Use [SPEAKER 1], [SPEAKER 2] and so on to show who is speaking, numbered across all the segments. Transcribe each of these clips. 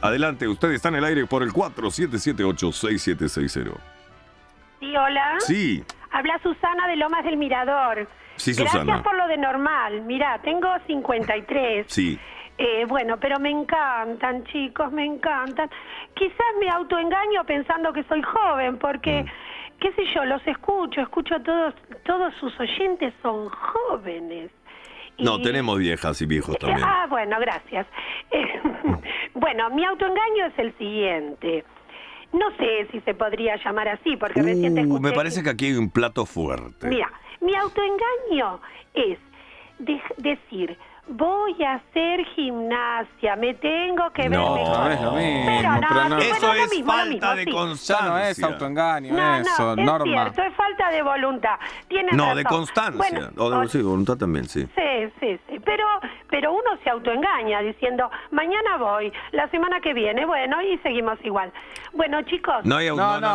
[SPEAKER 1] Adelante, usted está en el aire por el 4778-6760.
[SPEAKER 2] Sí, hola.
[SPEAKER 1] Sí,
[SPEAKER 2] Habla Susana de Lomas del Mirador.
[SPEAKER 1] Sí, Susana.
[SPEAKER 2] Gracias por lo de normal. Mirá, tengo 53.
[SPEAKER 1] sí.
[SPEAKER 2] Eh, bueno, pero me encantan, chicos, me encantan. Quizás me autoengaño pensando que soy joven, porque,
[SPEAKER 1] Mm.
[SPEAKER 2] qué sé yo, los escucho, escucho a todos, todos sus oyentes son jóvenes.
[SPEAKER 1] No,
[SPEAKER 2] Y-
[SPEAKER 1] tenemos viejas y viejos también. Mm.
[SPEAKER 2] Ah, bueno, gracias. Eh, bueno, mi autoengaño es el siguiente. No sé si se podría llamar así, porque recién te
[SPEAKER 1] Uh,
[SPEAKER 2] escuché.
[SPEAKER 1] me parece que aquí hay un plato fuerte.
[SPEAKER 2] Mira, mi autoengaño es de- decir, voy a hacer gimnasia, me tengo que ver
[SPEAKER 1] No,
[SPEAKER 2] mejor.
[SPEAKER 3] No es lo mismo,
[SPEAKER 2] Pero no,
[SPEAKER 3] pero no.
[SPEAKER 2] sí,
[SPEAKER 1] Eso
[SPEAKER 2] bueno, lo
[SPEAKER 1] es
[SPEAKER 2] mismo, lo
[SPEAKER 1] falta
[SPEAKER 2] mismo,
[SPEAKER 1] de
[SPEAKER 2] sí.
[SPEAKER 3] Ya
[SPEAKER 1] constancia.
[SPEAKER 3] no es autoengaño,
[SPEAKER 2] No,
[SPEAKER 3] eso,
[SPEAKER 2] no, es
[SPEAKER 3] Norma.
[SPEAKER 2] cierto, es falta de voluntad. Tienes
[SPEAKER 1] No, de
[SPEAKER 2] razón.
[SPEAKER 1] constancia.
[SPEAKER 2] Bueno,
[SPEAKER 1] O de-
[SPEAKER 2] o-
[SPEAKER 1] sí, voluntad también, sí.
[SPEAKER 2] Sí, sí, sí. Pero, pero uno se autoengaña diciendo, mañana voy, la semana que viene, bueno, y seguimos igual. Bueno, chicos,
[SPEAKER 1] No hay
[SPEAKER 3] No,
[SPEAKER 1] au-
[SPEAKER 3] no,
[SPEAKER 1] no,
[SPEAKER 3] pero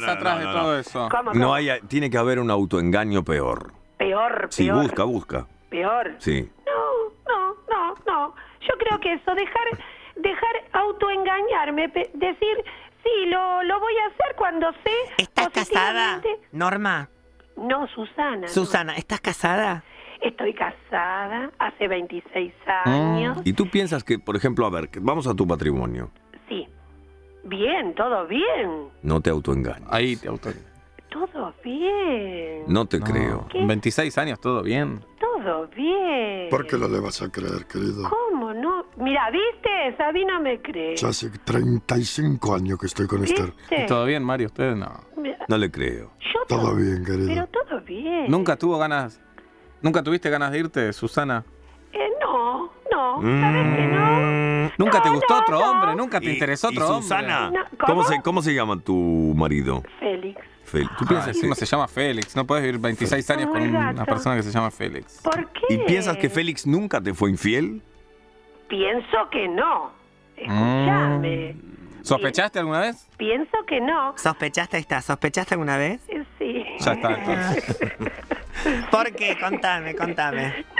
[SPEAKER 1] no, no, no,
[SPEAKER 3] atrás
[SPEAKER 1] no,
[SPEAKER 3] de
[SPEAKER 1] no.
[SPEAKER 3] todo eso.
[SPEAKER 2] ¿cómo
[SPEAKER 1] No
[SPEAKER 2] no?
[SPEAKER 1] hay, tiene que haber un autoengaño peor.
[SPEAKER 2] peor,
[SPEAKER 1] Sí,
[SPEAKER 2] peor,
[SPEAKER 1] busca, busca.
[SPEAKER 2] peor.
[SPEAKER 1] Sí.
[SPEAKER 2] No, no, no, no. Yo creo que eso, dejar, dejar autoengañarme, pe- decir, sí, lo, lo voy a hacer cuando sé.
[SPEAKER 4] ¿Estás casada?
[SPEAKER 2] positivamente-
[SPEAKER 4] Norma,
[SPEAKER 2] No, Susana. no.
[SPEAKER 4] Susana, ¿estás casada?
[SPEAKER 2] Estoy casada hace 26 años.
[SPEAKER 1] Y tú piensas que, por ejemplo, a ver, que- vamos a tu matrimonio.
[SPEAKER 2] Sí. Bien, todo bien.
[SPEAKER 1] No te autoengañes.
[SPEAKER 3] Ahí te autoengaño.
[SPEAKER 2] Todo bien.
[SPEAKER 1] No te
[SPEAKER 3] No,
[SPEAKER 1] creo.
[SPEAKER 2] ¿Qué?
[SPEAKER 3] 26 años, todo bien.
[SPEAKER 2] Todo bien.
[SPEAKER 5] ¿Por qué no le vas a creer, querido?
[SPEAKER 2] ¿Cómo no? Mira, ¿viste? Sabi no me cree.
[SPEAKER 5] Ya hace 35 años que estoy con Esther.
[SPEAKER 2] ¿Viste?
[SPEAKER 3] Todo bien, Mario, ustedes no.
[SPEAKER 2] Mira,
[SPEAKER 1] No le creo.
[SPEAKER 2] Yo
[SPEAKER 5] Todo
[SPEAKER 2] to-
[SPEAKER 5] bien, querido.
[SPEAKER 2] Pero todo bien.
[SPEAKER 3] ¿Nunca tuvo ganas, nunca tuviste ganas de irte, Susana?
[SPEAKER 2] Eh, no, no, ¿sabes que
[SPEAKER 1] Mm.
[SPEAKER 2] no?
[SPEAKER 3] ¿Nunca te
[SPEAKER 2] No,
[SPEAKER 3] gustó
[SPEAKER 2] no,
[SPEAKER 3] otro
[SPEAKER 2] no.
[SPEAKER 3] hombre? ¿Nunca te
[SPEAKER 1] Y-
[SPEAKER 3] interesó
[SPEAKER 1] y
[SPEAKER 3] otro hombre?
[SPEAKER 1] Susana,
[SPEAKER 2] No,
[SPEAKER 1] ¿cómo?
[SPEAKER 2] ¿cómo?
[SPEAKER 1] se, ¿cómo se llama tu marido?
[SPEAKER 2] Félix,
[SPEAKER 1] Fel- ¿Tú piensas
[SPEAKER 3] Tú piensas
[SPEAKER 1] que-
[SPEAKER 3] que uno se llama Félix. No puedes vivir 26 años
[SPEAKER 2] Como
[SPEAKER 3] con
[SPEAKER 2] el
[SPEAKER 3] una
[SPEAKER 2] gato.
[SPEAKER 3] persona que se llama Félix.
[SPEAKER 2] ¿por qué?
[SPEAKER 1] ¿Y piensas que Félix nunca te fue infiel?
[SPEAKER 2] Pienso que no. Escúchame.
[SPEAKER 1] Mm.
[SPEAKER 3] ¿Sospechaste alguna vez?
[SPEAKER 2] Pienso que no.
[SPEAKER 4] ¿Sospechaste esta? ¿Sospechaste alguna vez?
[SPEAKER 2] Eh, Sí.
[SPEAKER 3] Ya está. entonces.
[SPEAKER 4] ¿Por qué? Contame, contame.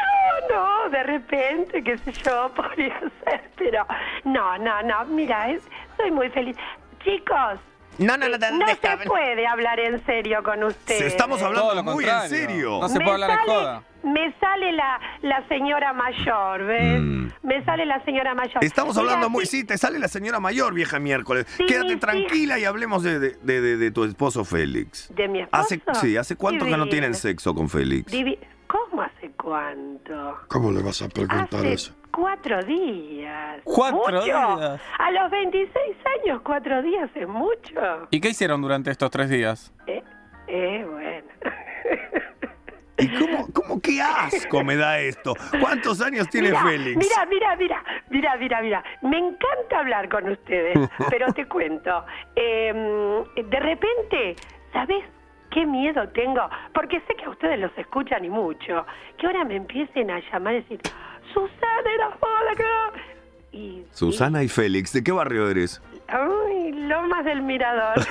[SPEAKER 2] No, no, de repente, qué sé yo, podría ser, pero no, no, no, mira, es, soy muy feliz. Chicos,
[SPEAKER 4] No, no, no, te-
[SPEAKER 2] no
[SPEAKER 4] deja-
[SPEAKER 2] se puede hablar en serio con ustedes.
[SPEAKER 1] Se- estamos hablando-
[SPEAKER 3] Todo lo
[SPEAKER 1] muy en
[SPEAKER 3] contrario.
[SPEAKER 1] serio.
[SPEAKER 3] No se
[SPEAKER 2] Me
[SPEAKER 3] puede hablar en
[SPEAKER 2] sale-
[SPEAKER 3] joda.
[SPEAKER 2] Me sale la, la señora mayor, ¿ves?
[SPEAKER 1] Mm.
[SPEAKER 2] Me sale la señora mayor.
[SPEAKER 1] Estamos
[SPEAKER 2] Mira,
[SPEAKER 1] hablando muy...
[SPEAKER 2] sí,
[SPEAKER 1] Sí, te sale la señora mayor, vieja miércoles.
[SPEAKER 2] Sí,
[SPEAKER 1] Quédate
[SPEAKER 2] sí.
[SPEAKER 1] tranquila y hablemos de, de- de- de- de tu esposo Félix.
[SPEAKER 2] ¿De mi esposo?
[SPEAKER 1] Hace, sí, ¿hace cuánto que no
[SPEAKER 2] Divino.
[SPEAKER 1] tienen sexo con Félix?
[SPEAKER 2] Divi- ¿Cómo hace cuánto?
[SPEAKER 5] ¿Cómo le vas a preguntar
[SPEAKER 2] Hace
[SPEAKER 5] eso?
[SPEAKER 2] cuatro días.
[SPEAKER 3] ¿Cuatro
[SPEAKER 2] ¿Mucho?
[SPEAKER 3] días?
[SPEAKER 2] A los 26 años, cuatro días es mucho.
[SPEAKER 3] ¿Y qué hicieron durante estos tres días?
[SPEAKER 2] Eh, eh, bueno.
[SPEAKER 1] ¿Y cómo, cómo qué asco me da esto? ¿Cuántos años tiene
[SPEAKER 2] Mira,
[SPEAKER 1] Félix?
[SPEAKER 2] Mira, mira, mira, mira, mira, mira. Me encanta hablar con ustedes, pero te cuento. eh, de repente, ¿sabes qué miedo tengo? Porque sé que a ustedes los escuchan y mucho. Que ahora me empiecen a llamar y decir, Susana, era hola, que-". Y,
[SPEAKER 1] Susana y Félix, ¿de qué barrio eres?
[SPEAKER 2] y- Ay, Lomas del Mirador.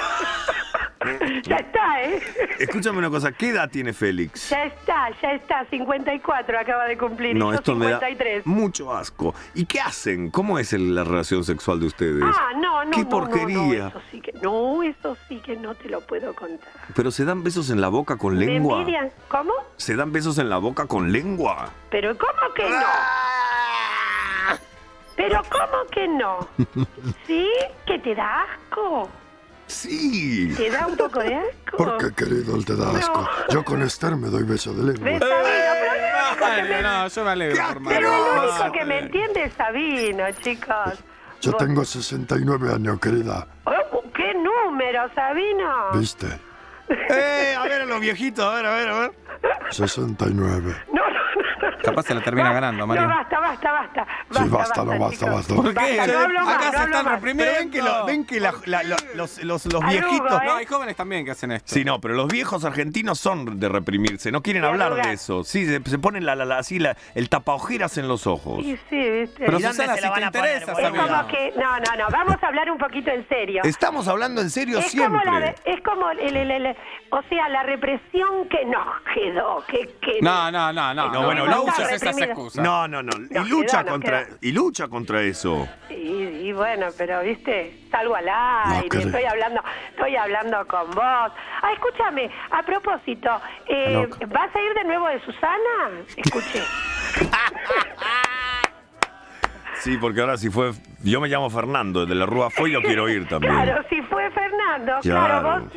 [SPEAKER 2] ya está, ¿eh?
[SPEAKER 1] Escúchame una cosa, ¿qué edad tiene Félix?
[SPEAKER 2] Ya está, ya está. 54 acaba de cumplir. y
[SPEAKER 1] No,
[SPEAKER 2] yo
[SPEAKER 1] esto me da
[SPEAKER 2] 53.
[SPEAKER 1] mucho asco. ¿Y qué hacen? ¿Cómo es el- la relación sexual de ustedes?
[SPEAKER 2] Ah, no, no.
[SPEAKER 1] ¡Qué
[SPEAKER 2] no, no,
[SPEAKER 1] porquería!
[SPEAKER 2] No, eso sí que, no, eso sí que no te lo puedo contar.
[SPEAKER 1] ¿Pero se dan besos en la boca con lengua?
[SPEAKER 2] ¿Me envidian? ¿Cómo?
[SPEAKER 1] ¿Se dan besos en la boca con lengua? ¡Ah!
[SPEAKER 2] ¿Pero cómo que no? ¿Pero cómo que no? ¿Sí? ¿Que te da asco?
[SPEAKER 1] Sí.
[SPEAKER 2] ¿Te da un poco de asco?
[SPEAKER 5] ¿Por qué, querido, él te da asco?
[SPEAKER 2] No.
[SPEAKER 5] Yo con Esther me doy beso de
[SPEAKER 2] ¿Ves,
[SPEAKER 5] lengua.
[SPEAKER 2] Sabino? Pero el
[SPEAKER 5] Eh,
[SPEAKER 2] único que
[SPEAKER 3] Mario,
[SPEAKER 2] me-
[SPEAKER 3] no, yo me alegro, por Mario.
[SPEAKER 2] pero el único que me entiende es Sabino, chicos.
[SPEAKER 5] Yo
[SPEAKER 2] Vos-
[SPEAKER 5] tengo 69 años, querida.
[SPEAKER 2] Oh, ¿Qué número, Sabino?
[SPEAKER 5] ¿Viste?
[SPEAKER 1] Eh, a ver a los viejitos, a ver, a ver, a ver.
[SPEAKER 5] 69.
[SPEAKER 2] No, no, no, no.
[SPEAKER 3] Capaz se la termina
[SPEAKER 2] Basta,
[SPEAKER 3] ganando, Mario.
[SPEAKER 2] No, basta, basta, basta.
[SPEAKER 5] Sí, basta, no, basta,
[SPEAKER 2] chicos.
[SPEAKER 5] basta.
[SPEAKER 3] ¿Por qué?
[SPEAKER 2] Basta, no hablo más,
[SPEAKER 3] Acá
[SPEAKER 2] no
[SPEAKER 3] se
[SPEAKER 2] hablo
[SPEAKER 3] están
[SPEAKER 2] más.
[SPEAKER 3] reprimiendo.
[SPEAKER 1] ven que, lo- ven que la- la- la- los, los- los
[SPEAKER 2] Arrugo,
[SPEAKER 1] viejitos...
[SPEAKER 2] ¿eh?
[SPEAKER 3] No, hay jóvenes también que hacen esto.
[SPEAKER 1] Sí, no, pero los viejos argentinos son de reprimirse, no quieren
[SPEAKER 2] De
[SPEAKER 1] hablar de
[SPEAKER 2] arrugar.
[SPEAKER 1] eso. Sí, se, se ponen la, la- la- así la- el tapaojeras en los ojos.
[SPEAKER 2] Y sí, viste.
[SPEAKER 3] Pero
[SPEAKER 4] ¿Y dónde
[SPEAKER 3] Susana,
[SPEAKER 4] se la
[SPEAKER 3] si te
[SPEAKER 4] van a poner,
[SPEAKER 3] interesa,
[SPEAKER 4] boludo?
[SPEAKER 2] Es como
[SPEAKER 3] Sabina.
[SPEAKER 2] que, no, no, no, vamos a hablar un poquito en serio.
[SPEAKER 1] Estamos hablando en serio
[SPEAKER 2] Es
[SPEAKER 1] siempre.
[SPEAKER 2] como, la, re- es como el, el- el- el- o sea, la represión que nos quedó, que, que
[SPEAKER 3] No, no, no, no.
[SPEAKER 1] No, bueno,
[SPEAKER 2] no
[SPEAKER 1] no
[SPEAKER 2] estás
[SPEAKER 3] usas esas
[SPEAKER 2] reprimido.
[SPEAKER 3] excusas.
[SPEAKER 1] No, no, no.
[SPEAKER 2] Nos
[SPEAKER 1] Y lucha
[SPEAKER 2] queda, nos
[SPEAKER 1] contra,
[SPEAKER 2] queda.
[SPEAKER 1] y lucha contra eso.
[SPEAKER 2] Y, y bueno, pero viste, salgo al aire,
[SPEAKER 5] querés.
[SPEAKER 2] estoy hablando, estoy hablando con vos. Ah, escúchame, a propósito, eh,
[SPEAKER 3] Está
[SPEAKER 2] ¿vas a ir de nuevo de Susana? Escuché.
[SPEAKER 1] Sí, porque ahora si fue. Yo me llamo Fernando, de la Rúa Fue, yo quiero ir también.
[SPEAKER 2] Claro, si fue Fernando, claro,
[SPEAKER 1] Claro.
[SPEAKER 2] vos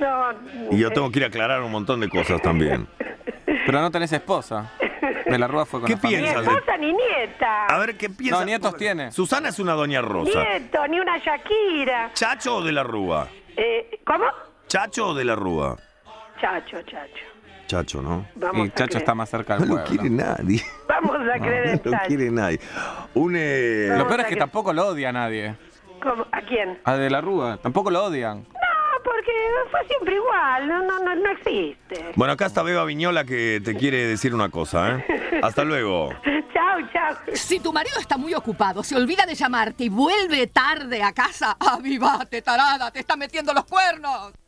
[SPEAKER 2] no.
[SPEAKER 1] Y yo tengo que ir a aclarar un montón de cosas también.
[SPEAKER 3] Pero no tenés esposa. De la Rúa fue con
[SPEAKER 1] ¿Qué
[SPEAKER 3] la familia.
[SPEAKER 2] Ni
[SPEAKER 1] piensas?
[SPEAKER 2] esposa ni nieta.
[SPEAKER 1] A ver qué piensa.
[SPEAKER 3] No, nietos tiene.
[SPEAKER 1] Susana es una doña Rosa.
[SPEAKER 2] Nieto, ni una Shakira.
[SPEAKER 1] ¿Chacho o de la Rúa?
[SPEAKER 2] Eh, ¿Cómo?
[SPEAKER 1] ¿Chacho o de la Rúa?
[SPEAKER 2] Chacho, chacho.
[SPEAKER 1] Chacho, ¿no?
[SPEAKER 2] Vamos
[SPEAKER 3] Y
[SPEAKER 2] a
[SPEAKER 3] Chacho
[SPEAKER 2] creer.
[SPEAKER 3] está más cerca
[SPEAKER 1] No
[SPEAKER 3] del
[SPEAKER 1] lo
[SPEAKER 3] pueblo.
[SPEAKER 1] quiere nadie.
[SPEAKER 2] Vamos a creer en
[SPEAKER 1] No lo
[SPEAKER 2] Chacho.
[SPEAKER 1] quiere nadie. Un. eh,
[SPEAKER 3] Lo
[SPEAKER 2] No.
[SPEAKER 3] peor es que tampoco lo odia nadie.
[SPEAKER 2] ¿Cómo? ¿A quién?
[SPEAKER 3] A De la Rúa, tampoco lo odian.
[SPEAKER 2] No, porque fue siempre igual, no, no, no, no existe.
[SPEAKER 1] Bueno, acá está Beba Viñola que te quiere decir una cosa, ¿eh? Hasta luego.
[SPEAKER 2] Chao, chao.
[SPEAKER 6] Si tu marido está muy ocupado, se olvida de llamarte y vuelve tarde a casa, avivate, tarada, te está metiendo los cuernos.